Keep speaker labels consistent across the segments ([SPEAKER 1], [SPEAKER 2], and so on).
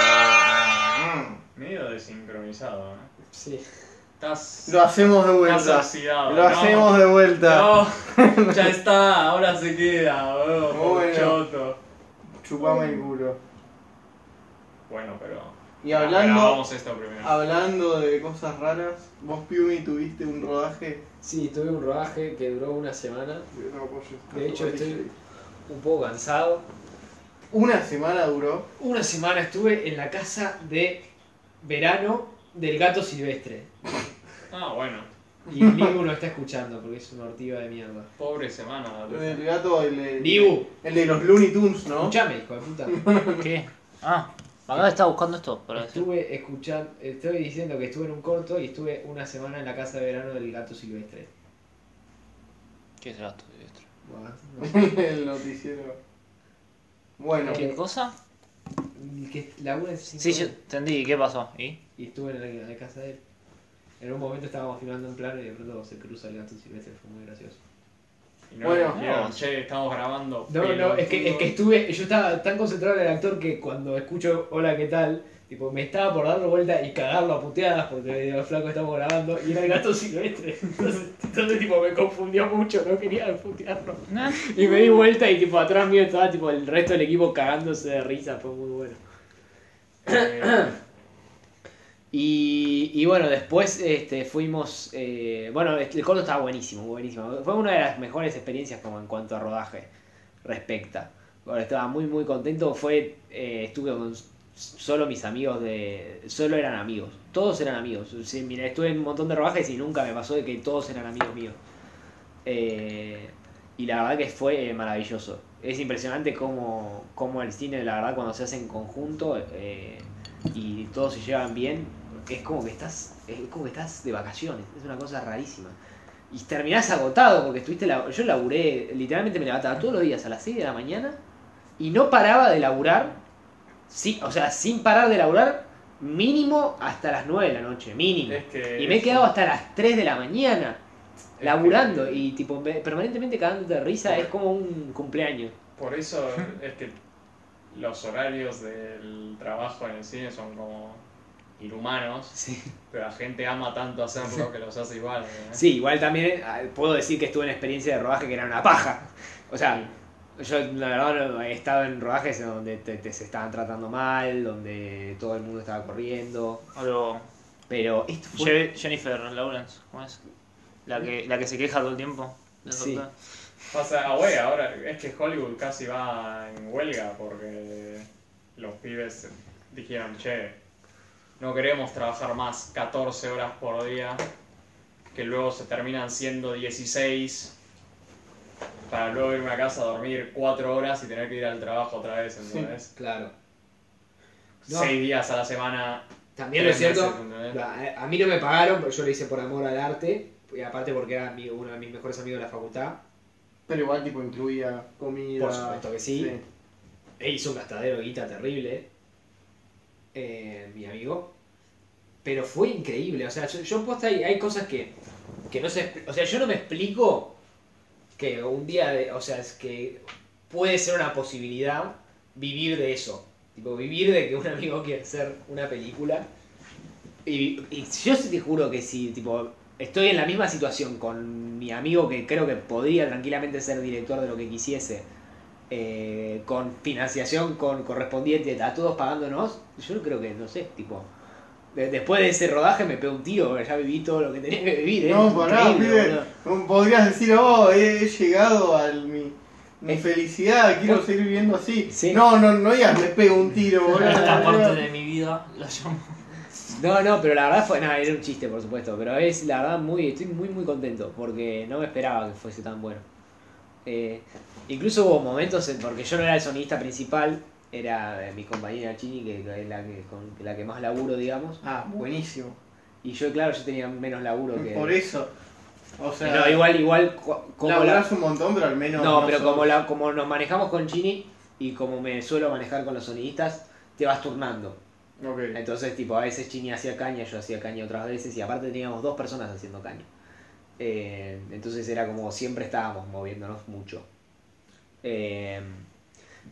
[SPEAKER 1] ¡Prórroga!
[SPEAKER 2] Medio desincronizado, ¿eh? ¿no?
[SPEAKER 3] Sí.
[SPEAKER 2] Estás.
[SPEAKER 1] Lo hacemos de
[SPEAKER 2] estás
[SPEAKER 1] vuelta.
[SPEAKER 2] oxidado.
[SPEAKER 1] Lo hacemos de vuelta.
[SPEAKER 2] No, ya está, ahora se queda, boludo,
[SPEAKER 1] Muy bueno.
[SPEAKER 2] choto.
[SPEAKER 1] Chupame el culo.
[SPEAKER 2] Bueno, pero.
[SPEAKER 1] Y hablando,
[SPEAKER 2] Vamos esto primero.
[SPEAKER 1] hablando de cosas raras, vos Piumi tuviste un rodaje.
[SPEAKER 3] Sí, tuve un rodaje que duró una semana. De hecho, estoy- Un poco cansado.
[SPEAKER 1] Una semana duró.
[SPEAKER 3] Una semana estuve en la casa de verano del gato silvestre.
[SPEAKER 2] Ah, bueno.
[SPEAKER 3] Y Nibu no está escuchando porque es una ortiva de mierda.
[SPEAKER 2] Pobre semana.
[SPEAKER 1] El gato, el, de-
[SPEAKER 3] Nibu,
[SPEAKER 1] el de los Looney Tunes, ¿no?
[SPEAKER 3] escuchame, hijo de puta.
[SPEAKER 4] ¿Qué? Ah, acá estaba buscando esto para decir.
[SPEAKER 3] Estuve escuchando, estoy diciendo que estuve en un corto y estuve una semana en la casa de verano del gato silvestre.
[SPEAKER 4] ¿Qué es el gato?
[SPEAKER 3] Buah, no sé.
[SPEAKER 1] el noticiero. Bueno,
[SPEAKER 4] ¿Qué cosa?
[SPEAKER 3] El que labura en cinco
[SPEAKER 4] Sí, yo
[SPEAKER 3] horas.
[SPEAKER 4] entendí. ¿Qué pasó? ¿Y?
[SPEAKER 3] Y estuve en la, en la casa de él. En un momento estábamos filmando un plano y de pronto se cruza el gato silvestre, fue muy gracioso.
[SPEAKER 1] Bueno.
[SPEAKER 2] bueno, che, estamos grabando.
[SPEAKER 3] No, no, es que, es que estuve, yo estaba tan concentrado en el actor que cuando escucho hola, ¿qué tal? Tipo, me estaba por dar vuelta y cagarlo a puteadas porque le digo, "Al flaco estamos grabando y era el gato silvestre. Entonces, entonces, tipo, me confundió mucho, no quería putearlo.
[SPEAKER 4] Nah.
[SPEAKER 3] Y me di vuelta y tipo atrás mío estaba tipo el resto del equipo cagándose de risa, fue muy bueno.
[SPEAKER 2] Eh,
[SPEAKER 3] Y, y bueno, después este, fuimos. eh, bueno, este, el corto estaba buenísimo, buenísimo. Fue una de las mejores experiencias como en cuanto a rodaje respecta. Bueno, estaba muy, muy contento. Fue, eh, estuve con s- solo mis amigos de. Solo eran amigos. Todos eran amigos. Sí, mira, estuve en un montón de rodajes y nunca me pasó de que todos eran amigos míos. Eh, y la verdad que fue eh, maravilloso. Es impresionante cómo, cómo el cine, la verdad, cuando se hace en conjunto. eh, y todos se llevan bien, es como que estás, es como que estás de vacaciones, es una cosa rarísima. Y terminás agotado porque estuviste lab- yo laburé, literalmente me levantaba todos los días a las 6 de la mañana y no paraba de laburar, sí, o sea, sin parar de laburar mínimo hasta las 9 de la noche, mínimo.
[SPEAKER 2] es que
[SPEAKER 3] Y me he
[SPEAKER 2] eso-
[SPEAKER 3] quedado hasta las 3 de la mañana
[SPEAKER 2] que-
[SPEAKER 3] laburando y tipo me- permanentemente cagándote de risa, es como un cumpleaños.
[SPEAKER 2] Por eso es que los horarios del trabajo en el cine son como inhumanos,
[SPEAKER 3] Sí.
[SPEAKER 2] pero la gente ama tanto hacerlo que los hace igual. ¿eh?
[SPEAKER 3] Sí, igual también ah, puedo decir que estuve en experiencia de rodaje que era una paja. O sea, yo la verdad no- he estado en rodajes en donde te, te se estaban tratando mal, donde todo el mundo estaba corriendo.
[SPEAKER 4] Algo.
[SPEAKER 3] Pero esto fue.
[SPEAKER 4] Je- Jennifer Lawrence, ¿cómo es? La que, la que se queja todo el tiempo. del
[SPEAKER 3] Sí.
[SPEAKER 4] doctor.
[SPEAKER 2] Pasa, ah, güey, ahora es que Hollywood casi va en huelga porque los pibes dijeron, che, no queremos trabajar más 14 horas por día, que luego se terminan siendo 16, para luego irme a casa a dormir 4 horas y tener que ir al trabajo otra vez, ¿entendés?
[SPEAKER 3] Claro. No.
[SPEAKER 2] 6 días a la semana.
[SPEAKER 3] También lo
[SPEAKER 2] tres
[SPEAKER 3] cierto,
[SPEAKER 2] meses, ¿entendés?
[SPEAKER 3] la- eh, a mí no me pagaron, pero yo lo hice por amor al arte. Y aparte porque era mi- uno de mis mejores amigos de la facultad.
[SPEAKER 1] pero igual tipo incluía comida.
[SPEAKER 3] Por supuesto que sí. E hizo un gastadero de guita terrible, eh, mi amigo. Pero fue increíble. O sea, yo, yo posta hay, hay cosas que, que no se. expli- O sea, yo no me explico que un día. de- o sea, es que puede ser una posibilidad vivir de eso. Tipo, vivir de que un amigo quiere hacer una película. Y, y yo sí te juro que si, tipo, estoy en la misma situación con mi amigo que creo que podría tranquilamente ser director de lo que quisiese, eh, con financiación con correspondiente a todos pagándonos, yo creo que, no sé, tipo, de- después de ese rodaje me pego un tiro, ya viví todo lo que tenía que vivir. ¿eh?
[SPEAKER 1] No, pará,
[SPEAKER 3] Increíble,
[SPEAKER 1] pibe.
[SPEAKER 3] boludo.
[SPEAKER 1] Podrías decir, oh, he, he llegado a mi, mi
[SPEAKER 3] Eh.
[SPEAKER 1] felicidad, quiero
[SPEAKER 3] Bueno.
[SPEAKER 1] seguir viviendo así.
[SPEAKER 3] Sí.
[SPEAKER 1] No, no, no digas, me pego un tiro, boludo.
[SPEAKER 4] Esta parte de mi vida la llamo.
[SPEAKER 3] No, no, pero la verdad fue, nada, era un chiste, por supuesto, pero es la verdad muy, estoy muy, muy contento, porque no me esperaba que fuese tan bueno. Eh, incluso hubo momentos, en, porque yo no era el sonidista principal, era eh, mi compañera Chini, que, que es la que, con la que más laburo, digamos,
[SPEAKER 1] Ah, buenísimo.
[SPEAKER 3] y yo, claro, yo tenía menos laburo que...
[SPEAKER 1] Por eso. O sea,
[SPEAKER 3] no, igual, igual, cu- como la-
[SPEAKER 1] laburás un montón, pero al menos.
[SPEAKER 3] No, pero
[SPEAKER 1] sos-
[SPEAKER 3] como, la, como nos manejamos con Chini y como me suelo manejar con los sonidistas, te vas turnando.
[SPEAKER 1] Ok.
[SPEAKER 3] Entonces, tipo, a veces Chini hacía caña, yo hacía caña otras veces, y aparte teníamos dos personas haciendo caña. Eh, entonces era como siempre estábamos moviéndonos mucho. Eh,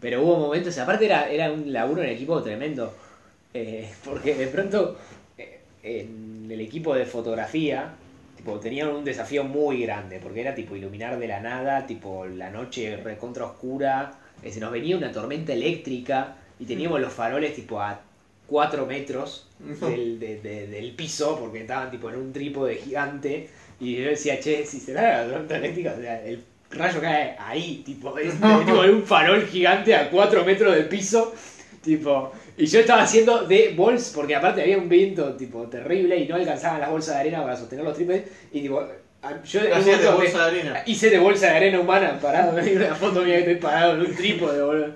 [SPEAKER 3] Pero hubo momentos, aparte era, era un laburo en equipo tremendo. eh, porque de pronto eh, en el equipo de fotografía tipo, tenían un desafío muy grande. Porque era tipo iluminar de la nada, tipo la noche recontra oscura. eh, se nos venía una tormenta eléctrica y teníamos los faroles tipo a 4 metros del, de- de- del piso porque estaban tipo en un trípode gigante y yo decía, che, si será la tormenta eléctrica, o sea, el rayo cae ahí, tipo, es, tipo, hay un farol gigante a 4 metros del piso, tipo, y yo estaba haciendo de bols, porque aparte había un viento tipo terrible y no alcanzaban las bolsas de arena para sostener los trípodes, y tipo, a- yo en un
[SPEAKER 1] Hacías de
[SPEAKER 3] momento
[SPEAKER 1] bolsa de arena.
[SPEAKER 3] hice de bolsa de arena humana parado, hay una foto mía que estoy parado en un trípode, boludo.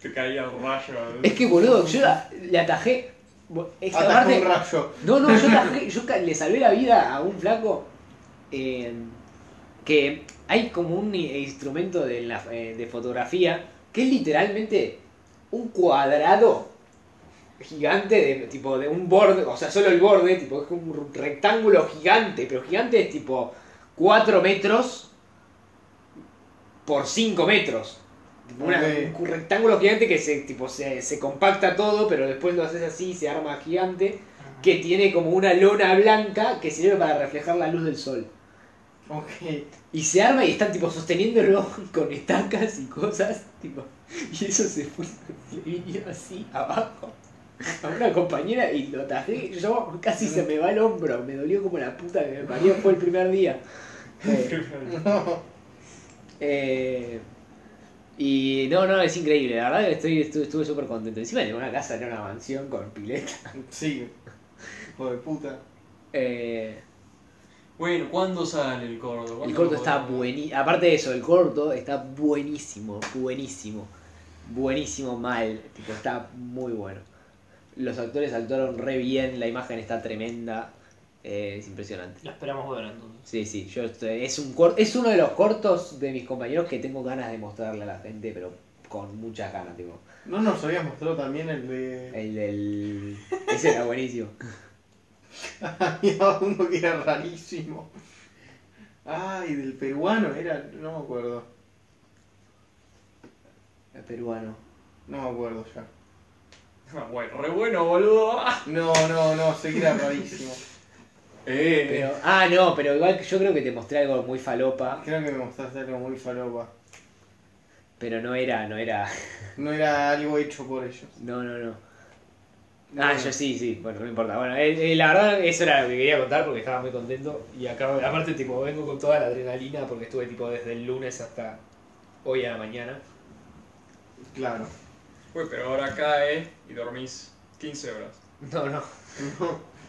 [SPEAKER 2] Te caía el rayo.
[SPEAKER 3] Es que boludo, yo la- le atajé. bo- esta
[SPEAKER 1] Atajó
[SPEAKER 3] parte-
[SPEAKER 1] un rayo.
[SPEAKER 3] no, no, yo, atajé- yo ca- le salvé la vida a un flaco eh, que hay como un i- instrumento de, la- eh, de fotografía que es literalmente un cuadrado gigante de tipo de un borde, o sea, solo el borde, tipo es como un rectángulo gigante, pero gigante es tipo 4 metros por 5 metros. Tipo, una-
[SPEAKER 1] Ok.
[SPEAKER 3] Un rectángulo gigante que se, tipo, se, se compacta todo, pero después lo haces así y se arma gigante. Que tiene como una lona blanca que sirve para reflejar la luz del sol.
[SPEAKER 1] Ok.
[SPEAKER 3] Y se arma y están tipo sosteniéndolo con estacas y cosas. Tipo, y eso se fue, se vino así abajo a una compañera y lo tajé. Yo casi se me va el hombro, me dolió como la puta que me parió. Fue el primer día. Eh, eh, y no, no, es increíble. La verdad que estoy, estuve estuve súper contento. Encima de una casa, era una mansión con pileta.
[SPEAKER 1] Sí. Hijo de puta.
[SPEAKER 3] Eh,
[SPEAKER 2] Bueno, ¿cuándo sale el corto?
[SPEAKER 3] el
[SPEAKER 2] ¿Cuándo
[SPEAKER 3] corto
[SPEAKER 2] lo
[SPEAKER 3] está
[SPEAKER 2] podemos-
[SPEAKER 3] buenísimo. Aparte de eso, el corto está buenísimo, buenísimo. Buenísimo mal. Tipo, está muy bueno. Los actores actuaron re bien, la imagen está tremenda. eh, es impresionante.
[SPEAKER 4] Lo esperamos bueno entonces.
[SPEAKER 3] Sí, sí, yo estoy- es un cor- es uno de los cortos de mis compañeros que tengo ganas de mostrarle a la gente, pero con muchas ganas, tipo.
[SPEAKER 1] No nos habías mostrado también el de.
[SPEAKER 3] El del. Ese era buenísimo.
[SPEAKER 1] Había uno que era rarísimo. Ay, del peruano era. No me acuerdo.
[SPEAKER 3] El peruano.
[SPEAKER 1] No me acuerdo ya.
[SPEAKER 2] Ah, bueno, re bueno, boludo. Ah.
[SPEAKER 1] No, no, no, sé que era rarísimo.
[SPEAKER 2] Eh,
[SPEAKER 3] Pero, ah, no, pero igual que- yo creo que te mostré algo muy falopa,
[SPEAKER 1] Creo que me mostraste algo muy falopa.
[SPEAKER 3] pero no era, no era.
[SPEAKER 1] No era algo hecho por ellos.
[SPEAKER 3] No, no, no. Ah,
[SPEAKER 1] Bueno.
[SPEAKER 3] yo sí, sí, bueno, no importa. Bueno, eh, eh, la verdad, eso era lo que quería contar porque estaba muy contento. Y acá, aparte, tipo, vengo con toda la adrenalina porque estuve, tipo, desde el lunes hasta hoy a la mañana.
[SPEAKER 1] Claro.
[SPEAKER 2] Uy, pero ahora cae y dormís 15 horas.
[SPEAKER 3] No, no.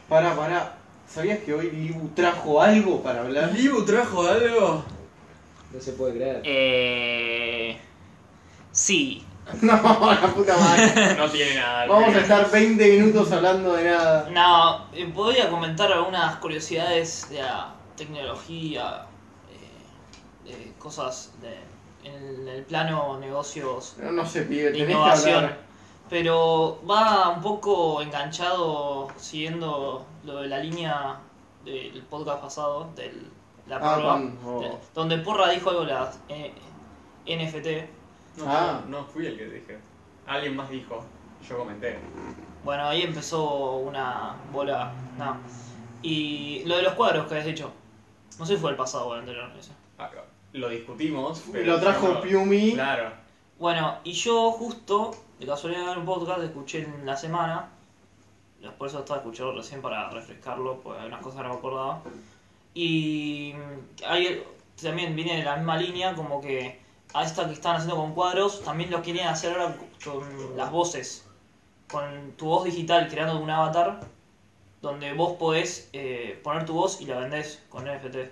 [SPEAKER 1] Pará, pará. ¿Sabías que hoy Libu trajo algo para hablar?
[SPEAKER 2] ¿Libu trajo algo?
[SPEAKER 3] No se puede creer.
[SPEAKER 4] Eh, sí,
[SPEAKER 1] No, la puta madre.
[SPEAKER 2] No tiene nada.
[SPEAKER 1] Vamos a estar 20 minutos hablando de nada.
[SPEAKER 4] No, eh, voy a comentar algunas curiosidades de la tecnología, eh, eh, cosas de- en, el, en el plano negocios,
[SPEAKER 1] No, no sé, pibe,
[SPEAKER 4] de
[SPEAKER 1] tenés que
[SPEAKER 4] innovación.
[SPEAKER 1] hablar.
[SPEAKER 4] Pero va un poco enganchado siguiendo lo de la línea del podcast pasado, de la
[SPEAKER 1] Ah,
[SPEAKER 4] porra,
[SPEAKER 1] cuando-
[SPEAKER 4] de- donde Porra dijo algo de las eh, NFT.
[SPEAKER 2] No,
[SPEAKER 1] Ah.
[SPEAKER 2] no, no fui el que dije. Alguien más dijo. Yo comenté.
[SPEAKER 4] Bueno, ahí empezó una bola. No. Y lo de los cuadros que habías hecho. No sé si fue el pasado o el anterior. no sé.
[SPEAKER 2] Ah, Lo discutimos.
[SPEAKER 1] Y
[SPEAKER 2] Pero
[SPEAKER 1] Lo trajo
[SPEAKER 2] yo no-
[SPEAKER 1] Piumi.
[SPEAKER 2] Claro.
[SPEAKER 4] Bueno, y yo justo, de casualidad en un podcast, escuché en la semana. Por eso estaba escuchando recién para refrescarlo, porque hay unas cosas que no me acordaba. Y mm, hay, también viene de la misma línea, como que a esta que están haciendo con cuadros, también lo quieren hacer ahora con las voces. Con tu voz digital, creando un avatar, donde vos podés eh, poner tu voz y la vendés con NFT.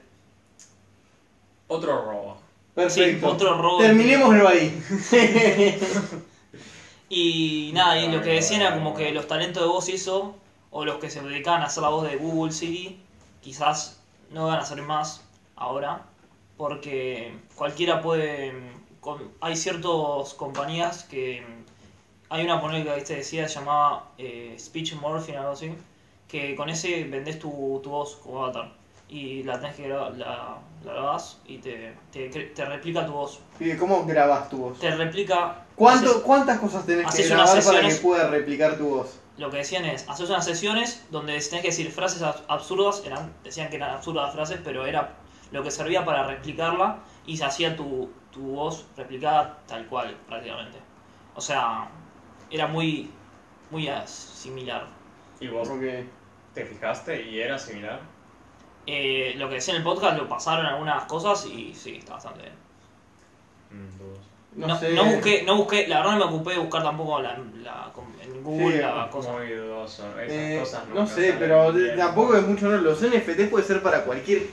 [SPEAKER 2] Otro robo.
[SPEAKER 1] Perfecto.
[SPEAKER 4] Sí, otro robo.
[SPEAKER 1] Terminémoslo ahí.
[SPEAKER 4] Y nada, y lo que
[SPEAKER 2] Ay,
[SPEAKER 4] decían
[SPEAKER 2] ay,
[SPEAKER 4] era como
[SPEAKER 2] ay.
[SPEAKER 4] que los talentos de voz y eso, o los que se dedicaban a hacer la voz de Google City, quizás no van a hacer más ahora, porque cualquiera puede. mm, con- hay ciertas compañías que. mm, Hay una poner que te decía, llamaba eh, Speech Morphing o algo así, que con ese vendés tu, tu voz como avatar y la tenés que grabar, la, la grabás y te, te, cre- te replica tu voz.
[SPEAKER 1] Pibe, ¿cómo grabás tu voz?
[SPEAKER 4] Te replica.
[SPEAKER 1] ¿Cuánto-
[SPEAKER 4] haces-
[SPEAKER 1] ¿Cuántas cosas tenés que
[SPEAKER 4] haces unas
[SPEAKER 1] grabar para que
[SPEAKER 4] sesiones-
[SPEAKER 1] pueda replicar tu voz?
[SPEAKER 4] Lo que decían es, haces unas sesiones donde tenés que decir frases abs- absurdas, eran, decían que eran absurdas las frases, pero era lo que servía para replicarla y se hacía tu, tu voz replicada tal cual, prácticamente. O sea, era muy, muy as- similar.
[SPEAKER 2] ¿Y vos
[SPEAKER 1] Ok.
[SPEAKER 2] te fijaste y era similar?
[SPEAKER 4] Eh, lo que decía en el podcast lo pasaron algunas cosas y sí, está bastante bien.
[SPEAKER 2] Mm, dudoso.
[SPEAKER 1] No,
[SPEAKER 4] No,
[SPEAKER 1] sé.
[SPEAKER 4] no busqué, no busqué, la verdad no me ocupé de buscar tampoco la, la- en Google
[SPEAKER 1] Sí,
[SPEAKER 4] la cosa.
[SPEAKER 2] Muy Ah, dudoso. Esas
[SPEAKER 1] Eh,
[SPEAKER 2] cosas
[SPEAKER 1] no
[SPEAKER 2] nunca
[SPEAKER 1] sé,
[SPEAKER 2] salen
[SPEAKER 1] pero
[SPEAKER 2] bien.
[SPEAKER 1] tampoco es mucho. No. Los NFT puede ser para cualquier.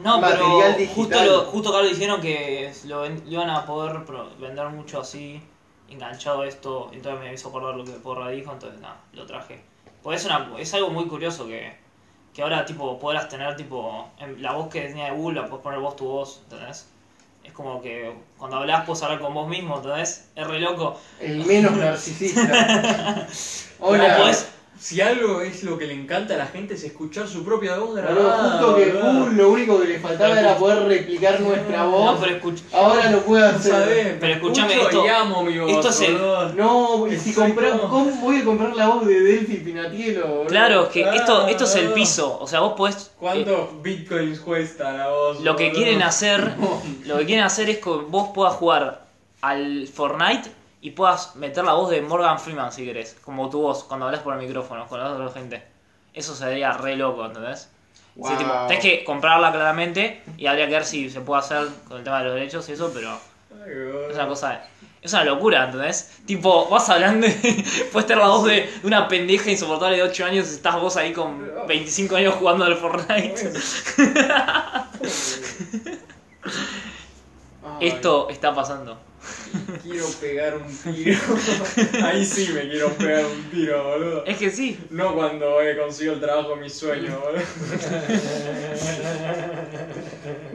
[SPEAKER 4] No,
[SPEAKER 1] Material
[SPEAKER 4] pero
[SPEAKER 1] digital.
[SPEAKER 4] justo, lo, justo acá lo dijeron que lo, ven- lo iban a poder pro- vender mucho así, enganchado a esto, entonces me hizo acordar lo que Porra dijo, entonces nada, lo traje. Pues es, una, es algo muy curioso que, que ahora tipo podrás tener tipo en- la voz que tenía de Google, la podés poner vos tu voz, ¿entendés? Es como que cuando hablas puedes hablar con vos mismo, ¿entendés? Es re loco.
[SPEAKER 1] El menos narcisista. Hola.
[SPEAKER 4] Como podés-
[SPEAKER 2] Si algo es lo que le encanta a la gente es escuchar su propia voz
[SPEAKER 1] Boludo,
[SPEAKER 2] grabada.
[SPEAKER 1] justo que
[SPEAKER 2] boludo.
[SPEAKER 1] Kuhn lo único que le faltaba era poder replicar nuestra voz.
[SPEAKER 4] No, pero escuch-
[SPEAKER 1] Ahora lo puede
[SPEAKER 2] No
[SPEAKER 1] hacer.
[SPEAKER 2] sabés,
[SPEAKER 4] Pero escuchame
[SPEAKER 2] escucho
[SPEAKER 4] esto.
[SPEAKER 2] y amo mi voz,
[SPEAKER 4] Esto es el-
[SPEAKER 2] boludo.
[SPEAKER 1] No, y si
[SPEAKER 2] Soy
[SPEAKER 1] compras,
[SPEAKER 2] como-
[SPEAKER 1] ¿cómo voy a comprar la voz de Delphi Pinatielo? boludo?
[SPEAKER 4] Claro, es que
[SPEAKER 2] Ah,
[SPEAKER 4] esto, esto es el
[SPEAKER 2] boludo.
[SPEAKER 4] piso, o sea, vos podés... eh,
[SPEAKER 2] ¿Cuántos bitcoins cuesta la voz?
[SPEAKER 4] lo que
[SPEAKER 2] boludo?
[SPEAKER 4] quieren hacer lo que quieren hacer es que vos puedas jugar al Fortnite y puedas meter la voz de Morgan Freeman si querés, como tu voz cuando hablas por el micrófono con la otra gente. Eso sería re loco, ¿entendés? Sí,
[SPEAKER 1] Wow.
[SPEAKER 4] tipo, tenés que comprarla claramente y habría que ver si se puede hacer con el tema de los derechos y eso, pero
[SPEAKER 2] Ay, boludo.
[SPEAKER 4] es una cosa. Es una locura, ¿entendés? Tipo, vas hablando y puedes tener la voz de, de una pendeja insoportable de 8 años y estás vos ahí con 25 años jugando al Fortnite.
[SPEAKER 1] Ay,
[SPEAKER 4] Esto está pasando.
[SPEAKER 2] Quiero pegar un tiro. Ahí sí me quiero pegar un tiro, boludo.
[SPEAKER 4] Es que sí,
[SPEAKER 2] No cuando eh, consigo el trabajo de mis sueños, boludo.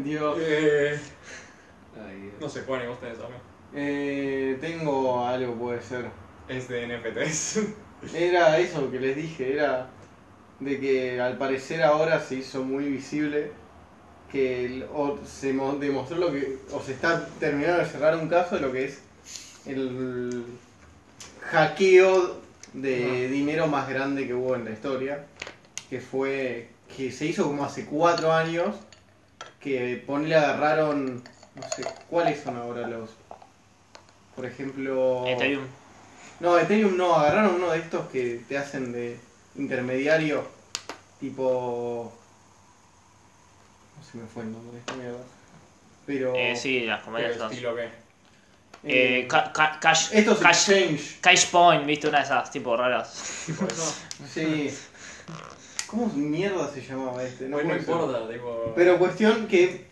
[SPEAKER 1] Dios.
[SPEAKER 2] Eh,
[SPEAKER 1] Ay, Dios.
[SPEAKER 2] no sé, Juan, y vos tenés también.
[SPEAKER 1] Eh, tengo algo, puede ser.
[SPEAKER 2] Es de NFTs.
[SPEAKER 1] Era eso que les dije, era de que al parecer ahora se hizo muy visible que el- o se mo- demostró lo que, o se está terminando de cerrar un caso de lo que es el hackeo de dinero más grande que hubo en la historia, que fue, que se hizo como hace cuatro años, que ponle agarraron, no sé, ¿cuáles son ahora los? Por ejemplo...
[SPEAKER 4] Ethereum.
[SPEAKER 1] No, Ethereum no, agarraron uno de estos que te hacen de intermediario, tipo... No se me fue el nombre de esta mierda. Pero...
[SPEAKER 4] Eh, sí, las
[SPEAKER 2] ¿Qué
[SPEAKER 4] comedias estas.
[SPEAKER 2] estilo qué?
[SPEAKER 1] eh,
[SPEAKER 4] Eh, ca- ca- cash,
[SPEAKER 1] estos
[SPEAKER 4] cash,
[SPEAKER 1] exchange,
[SPEAKER 4] cash Point, viste, una de esas tipo raras.
[SPEAKER 2] Tipo eso.
[SPEAKER 1] sí. ¿Cómo mierda se llamaba este?
[SPEAKER 2] No, no
[SPEAKER 1] puede ser.
[SPEAKER 2] importa, tipo.
[SPEAKER 1] Pero cuestión que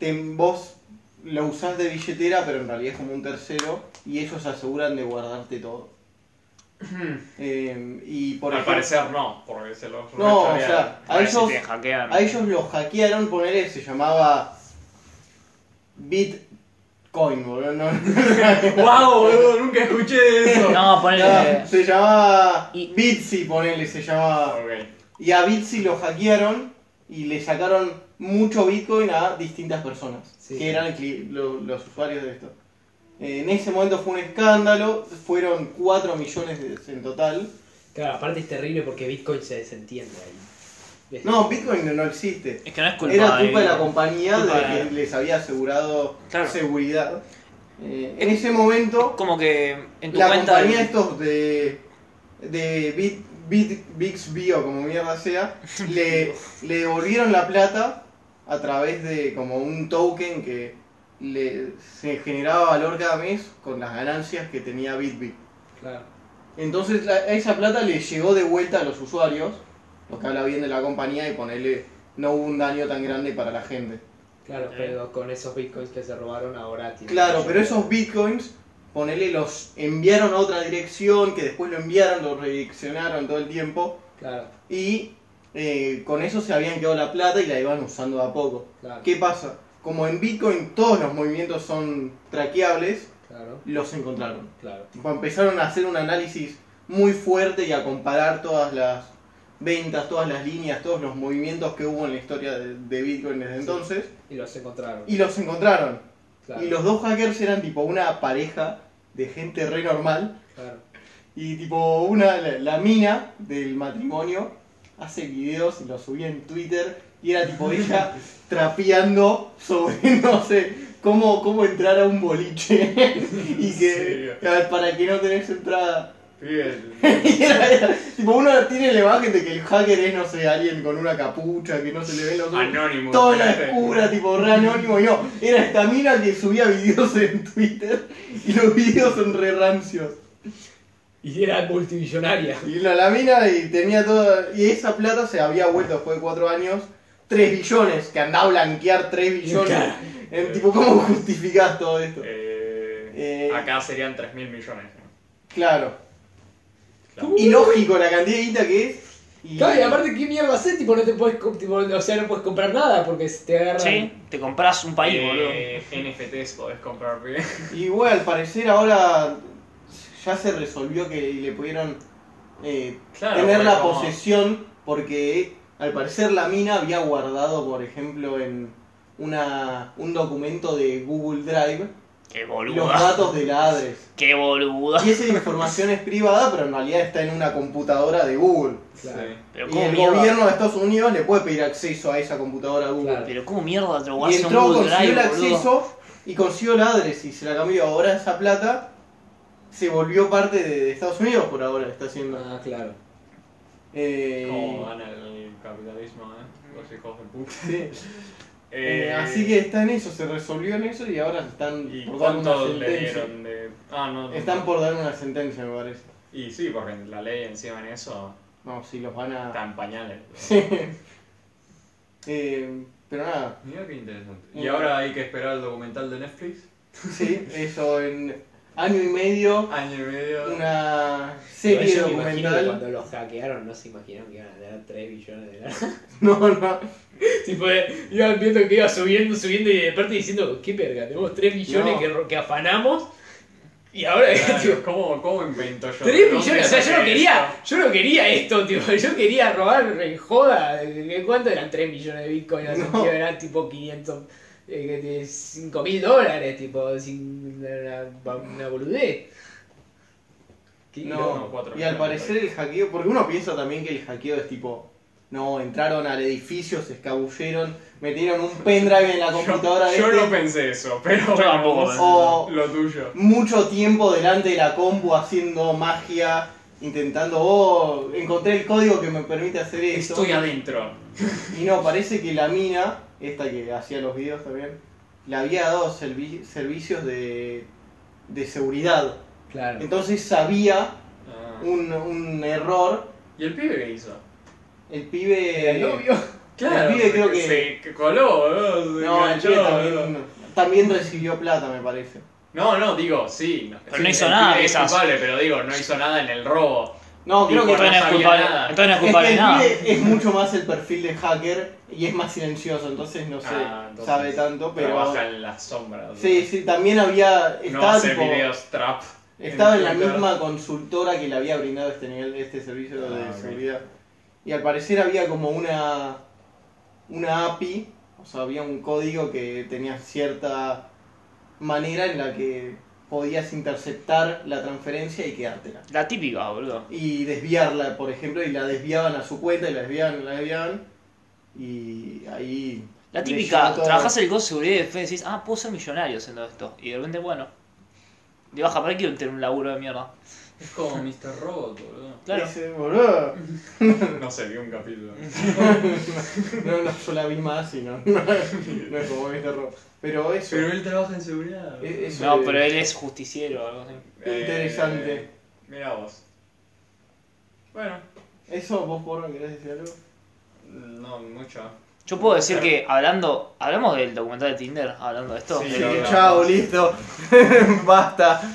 [SPEAKER 1] te, vos lo usás de billetera, pero en realidad es como un tercero, y ellos se aseguran de guardarte todo. Eh, y por
[SPEAKER 2] Hmm. Al
[SPEAKER 1] ejemplo-
[SPEAKER 2] parecer no, porque se los
[SPEAKER 1] No, o
[SPEAKER 2] restaría.
[SPEAKER 1] sea, a
[SPEAKER 4] ver si
[SPEAKER 1] ellos
[SPEAKER 4] te hackean.
[SPEAKER 1] A ellos los hackearon, poner se llamaba Bitcoin, boludo. No,
[SPEAKER 2] ¡Wow, boludo! Nunca escuché de eso.
[SPEAKER 4] No, ponele.
[SPEAKER 3] Eh.
[SPEAKER 1] No, se llamaba
[SPEAKER 4] Y-
[SPEAKER 1] Bitsy, ponele, se llamaba.
[SPEAKER 2] Ok.
[SPEAKER 1] Y a Bitsy lo hackearon y le sacaron mucho Bitcoin a distintas personas,
[SPEAKER 3] Sí.
[SPEAKER 1] que eran el cli- lo- los usuarios de esto. Eh, En ese momento fue un escándalo, fueron 4 millones de- en total.
[SPEAKER 3] Claro, aparte es terrible porque Bitcoin se desentiende ahí. Des-
[SPEAKER 1] No, Bitcoin no existe.
[SPEAKER 4] Es que no es culpa
[SPEAKER 1] Era culpa de la
[SPEAKER 4] Bitcoin.
[SPEAKER 1] compañía
[SPEAKER 4] Culpa
[SPEAKER 1] de
[SPEAKER 4] de-
[SPEAKER 1] que les había asegurado
[SPEAKER 4] Claro.
[SPEAKER 1] seguridad. Eh, en ese momento,
[SPEAKER 4] Como que en tu
[SPEAKER 1] la
[SPEAKER 4] cuenta.
[SPEAKER 1] compañía
[SPEAKER 4] de-
[SPEAKER 1] estos de, de Bit, Bit, Bixby o como mierda sea, le, le devolvieron la plata a través de como un token que le, se generaba valor cada mes con las ganancias que tenía Bitbit.
[SPEAKER 3] Claro.
[SPEAKER 1] Entonces la- esa plata le llegó de vuelta a los usuarios, lo que habla bien de la compañía y ponerle no hubo un daño tan grande para la gente.
[SPEAKER 2] Eh.
[SPEAKER 3] Claro, pero con esos bitcoins que se robaron ahora tienen.
[SPEAKER 1] Claro, pero esos bitcoins, ponele, los enviaron a otra dirección, que después lo enviaron, lo redireccionaron todo el tiempo,
[SPEAKER 3] Claro,
[SPEAKER 1] y eh, con eso se habían quedado la plata y la iban usando de a poco.
[SPEAKER 3] claro.
[SPEAKER 1] ¿Qué pasa? Como en Bitcoin todos los movimientos son traqueables,
[SPEAKER 3] Claro,
[SPEAKER 1] los encontraron.
[SPEAKER 3] claro.
[SPEAKER 1] Tipo, empezaron a hacer un análisis muy fuerte y a comparar todas las ventas, todas las líneas, todos los movimientos que hubo en la historia de, de Bitcoin desde
[SPEAKER 5] Sí.
[SPEAKER 1] entonces,
[SPEAKER 5] Y los encontraron.
[SPEAKER 1] y los encontraron.
[SPEAKER 5] Claro,
[SPEAKER 1] Y los dos hackers eran tipo una pareja de gente re normal.
[SPEAKER 5] claro.
[SPEAKER 1] Y tipo, una, la, la mina del matrimonio hace videos y los subía en Twitter y era tipo ella trapeando sobre, no sé, cómo, cómo entrar a un boliche y que a- para que no tenés entrada.
[SPEAKER 2] Pibe,
[SPEAKER 1] Y era- era- tipo, uno tiene la imagen de que el hacker es, no sé, alguien con una capucha, que no se le ven los ojos.
[SPEAKER 2] anónimo.
[SPEAKER 1] Toda la
[SPEAKER 2] espérate.
[SPEAKER 1] oscura, tipo re anónimo, y no, era esta mina que subía videos en Twitter y los videos son re rancios.
[SPEAKER 5] Y era multimillonaria.
[SPEAKER 1] Y la, la mina y tenía todo. Y esa plata se había vuelto después de cuatro años 3 billones, que andaba a blanquear 3 billones.
[SPEAKER 5] Claro.
[SPEAKER 1] En, tipo, ¿cómo justificás todo esto?
[SPEAKER 2] Eh,
[SPEAKER 1] Eh.
[SPEAKER 2] Acá serían 3 mil millones. ¿no?
[SPEAKER 1] Claro.
[SPEAKER 2] Claro.
[SPEAKER 1] Y lógico la cantidad de guita que es. Y,
[SPEAKER 5] Claro, y aparte, ¿qué mierda haces? Tipo, no te puedes, co- tipo, o sea, no puedes comprar nada porque se te agarran.
[SPEAKER 4] Sí, te compras un país, boludo.
[SPEAKER 2] Eh, NFTs podés comprar, pibe.
[SPEAKER 1] y, bueno, al parecer ahora ya se resolvió que le pudieron eh,
[SPEAKER 2] Claro,
[SPEAKER 1] tener la
[SPEAKER 2] porque como-
[SPEAKER 1] posesión porque al parecer la mina había guardado, por ejemplo, en una, un documento de Google Drive
[SPEAKER 4] Qué
[SPEAKER 1] los
[SPEAKER 4] boluda.
[SPEAKER 1] datos de la ADRES.
[SPEAKER 4] Qué boluda.
[SPEAKER 1] Y esa información es privada, pero en realidad está en una computadora de Google.
[SPEAKER 5] Claro.
[SPEAKER 4] Pero
[SPEAKER 1] Y
[SPEAKER 4] cómo
[SPEAKER 1] el
[SPEAKER 4] mierda.
[SPEAKER 1] gobierno de Estados Unidos le puede pedir acceso a esa computadora de Google.
[SPEAKER 5] Claro.
[SPEAKER 4] Pero cómo mierda te
[SPEAKER 1] Y
[SPEAKER 4] guardas un
[SPEAKER 1] entró,
[SPEAKER 4] Google
[SPEAKER 1] consiguió el
[SPEAKER 4] Drive, boludo.
[SPEAKER 1] acceso y consiguió la adres y se la cambió. Ahora esa plata se volvió parte de, de Estados Unidos por ahora, está haciendo.
[SPEAKER 5] Ah, claro.
[SPEAKER 1] Eh,
[SPEAKER 2] Cómo van el capitalismo, eh. Los hijos de puta.
[SPEAKER 1] sí.
[SPEAKER 2] Eh,
[SPEAKER 1] Eh, así que está en eso, se resolvió en eso y ahora están
[SPEAKER 2] ¿Y
[SPEAKER 1] por dar una
[SPEAKER 2] cuánto le
[SPEAKER 1] sentencia.
[SPEAKER 2] dieron de.? Ah, no. no,
[SPEAKER 1] Están
[SPEAKER 2] no.
[SPEAKER 1] por dar una sentencia, me parece.
[SPEAKER 2] Y sí, porque la ley encima en eso
[SPEAKER 1] No, si los van a.
[SPEAKER 2] está en pañales.
[SPEAKER 1] Eh, pero nada,
[SPEAKER 2] Mira qué interesante.
[SPEAKER 1] Mm.
[SPEAKER 2] ¿Y ahora hay que esperar el documental de Netflix?
[SPEAKER 1] Sí, eso en año y medio,
[SPEAKER 2] Año y medio.
[SPEAKER 1] una
[SPEAKER 5] Igual
[SPEAKER 1] serie
[SPEAKER 5] yo me imagino que
[SPEAKER 1] documental.
[SPEAKER 5] cuando los hackearon no se imaginaron que iban a tener 3 billones de dólares.
[SPEAKER 1] No, no,
[SPEAKER 5] tipo, eh, iban viendo que iba subiendo, subiendo y de parte diciendo, qué verga, tenemos 3 billones
[SPEAKER 1] No.
[SPEAKER 5] que, ro- que afanamos y ahora es tipo,
[SPEAKER 2] Claro, ¿cómo, ¿Cómo invento yo?
[SPEAKER 5] 3
[SPEAKER 2] ¿Dónde
[SPEAKER 5] billones, o sea, yo no
[SPEAKER 2] saqué
[SPEAKER 5] quería,
[SPEAKER 2] esto?
[SPEAKER 5] yo no quería esto, tipo, yo quería robar en joda, eh, ¿cuánto eran 3 millones de bitcoin? Hace
[SPEAKER 1] No.
[SPEAKER 5] un tiempo eran tipo 500, eh, de 5 mil dólares, tipo, sin una, una boludez. ¿Qué?
[SPEAKER 2] no, cuatro
[SPEAKER 1] no. Y al
[SPEAKER 2] millones,
[SPEAKER 1] parecer el hackeo, porque uno piensa también que el hackeo es tipo, no, entraron al edificio, se escabulleron, metieron un pendrive en la computadora
[SPEAKER 2] Yo,
[SPEAKER 1] de
[SPEAKER 2] yo
[SPEAKER 1] este,
[SPEAKER 2] no pensé eso, pero.
[SPEAKER 4] Yo tampoco
[SPEAKER 2] vos-
[SPEAKER 4] pensé
[SPEAKER 1] eso.
[SPEAKER 2] Lo tuyo.
[SPEAKER 1] mucho tiempo delante de la compu haciendo magia, intentando, oh, encontré el código que me permite hacer esto.
[SPEAKER 2] Estoy adentro.
[SPEAKER 1] Y no, parece que la mina, esta que hacía los videos también, le había dado servi- servicios de, de seguridad.
[SPEAKER 5] Claro.
[SPEAKER 1] Entonces sabía
[SPEAKER 2] Ah.
[SPEAKER 1] un, un error.
[SPEAKER 2] ¿Y el pibe qué hizo?
[SPEAKER 1] El pibe.
[SPEAKER 5] El novio.
[SPEAKER 1] El pibe creo
[SPEAKER 2] porque
[SPEAKER 1] que-
[SPEAKER 2] Se coló, boludo, se
[SPEAKER 1] No, el
[SPEAKER 2] enganchó,
[SPEAKER 1] pibe
[SPEAKER 2] boludo.
[SPEAKER 1] también, también recibió plata, me parece.
[SPEAKER 2] No, no, digo, sí. no-
[SPEAKER 4] Pero
[SPEAKER 2] sí,
[SPEAKER 4] no hizo
[SPEAKER 2] el
[SPEAKER 4] nada,
[SPEAKER 2] pibe Es
[SPEAKER 4] quizás.
[SPEAKER 2] culpable, pero digo, no hizo nada en el robo.
[SPEAKER 1] No, creo que.
[SPEAKER 2] Tipo,
[SPEAKER 4] Entonces no
[SPEAKER 2] no
[SPEAKER 4] es
[SPEAKER 2] sabía
[SPEAKER 4] culpable,
[SPEAKER 2] nada.
[SPEAKER 4] entonces no es
[SPEAKER 1] Es que
[SPEAKER 4] culpable de
[SPEAKER 1] el
[SPEAKER 4] nada.
[SPEAKER 1] pibe es mucho más el perfil de hacker y es más silencioso, entonces no sé,
[SPEAKER 2] Ah, entonces
[SPEAKER 1] sabe tanto, pero.
[SPEAKER 2] Trabaja en las sombras.
[SPEAKER 1] Sí, sí, también había.
[SPEAKER 2] No
[SPEAKER 1] Estaba
[SPEAKER 2] hace
[SPEAKER 1] tipo-
[SPEAKER 2] videos trap.
[SPEAKER 1] Estaba en la
[SPEAKER 2] Twitter.
[SPEAKER 1] misma consultora que le había brindado este nivel, este servicio de
[SPEAKER 2] Ah, ok.
[SPEAKER 1] seguridad. Y al parecer había como una una API, o sea, había un código que tenía cierta manera en la que podías interceptar la transferencia y quedártela.
[SPEAKER 4] La típica, boludo.
[SPEAKER 1] Y desviarla, por ejemplo, y la desviaban a su cuenta y la desviaban, la desviaban. Y ahí...
[SPEAKER 4] La
[SPEAKER 1] le
[SPEAKER 4] típica,
[SPEAKER 1] llegó todo.
[SPEAKER 4] trabajás el coso de seguridad y después decís, ah, puedo ser millonario haciendo esto. Y de repente, bueno, de baja, ¿para qué quiero tener un laburo de mierda?
[SPEAKER 2] Es como Mr. Robot, boludo.
[SPEAKER 4] Claro.
[SPEAKER 1] Ese, boludo.
[SPEAKER 2] No se vio un capítulo.
[SPEAKER 1] No, no, yo la vi más y no, no, es como este robo. Pero eso...
[SPEAKER 2] Pero él trabaja en seguridad.
[SPEAKER 1] e- eso
[SPEAKER 4] No,
[SPEAKER 1] de-
[SPEAKER 4] pero él es justiciero o algo así.
[SPEAKER 1] eh, Interesante.
[SPEAKER 2] mira Eh, vos. Bueno,
[SPEAKER 1] ¿Eso vos, Porro, querés decir algo?
[SPEAKER 2] no mucho.
[SPEAKER 4] Yo puedo decir que hablando, hablamos del documental de Tinder, hablando de esto.
[SPEAKER 2] Sí,
[SPEAKER 4] de
[SPEAKER 2] sí.
[SPEAKER 4] lo-
[SPEAKER 2] chao,
[SPEAKER 1] listo. Basta.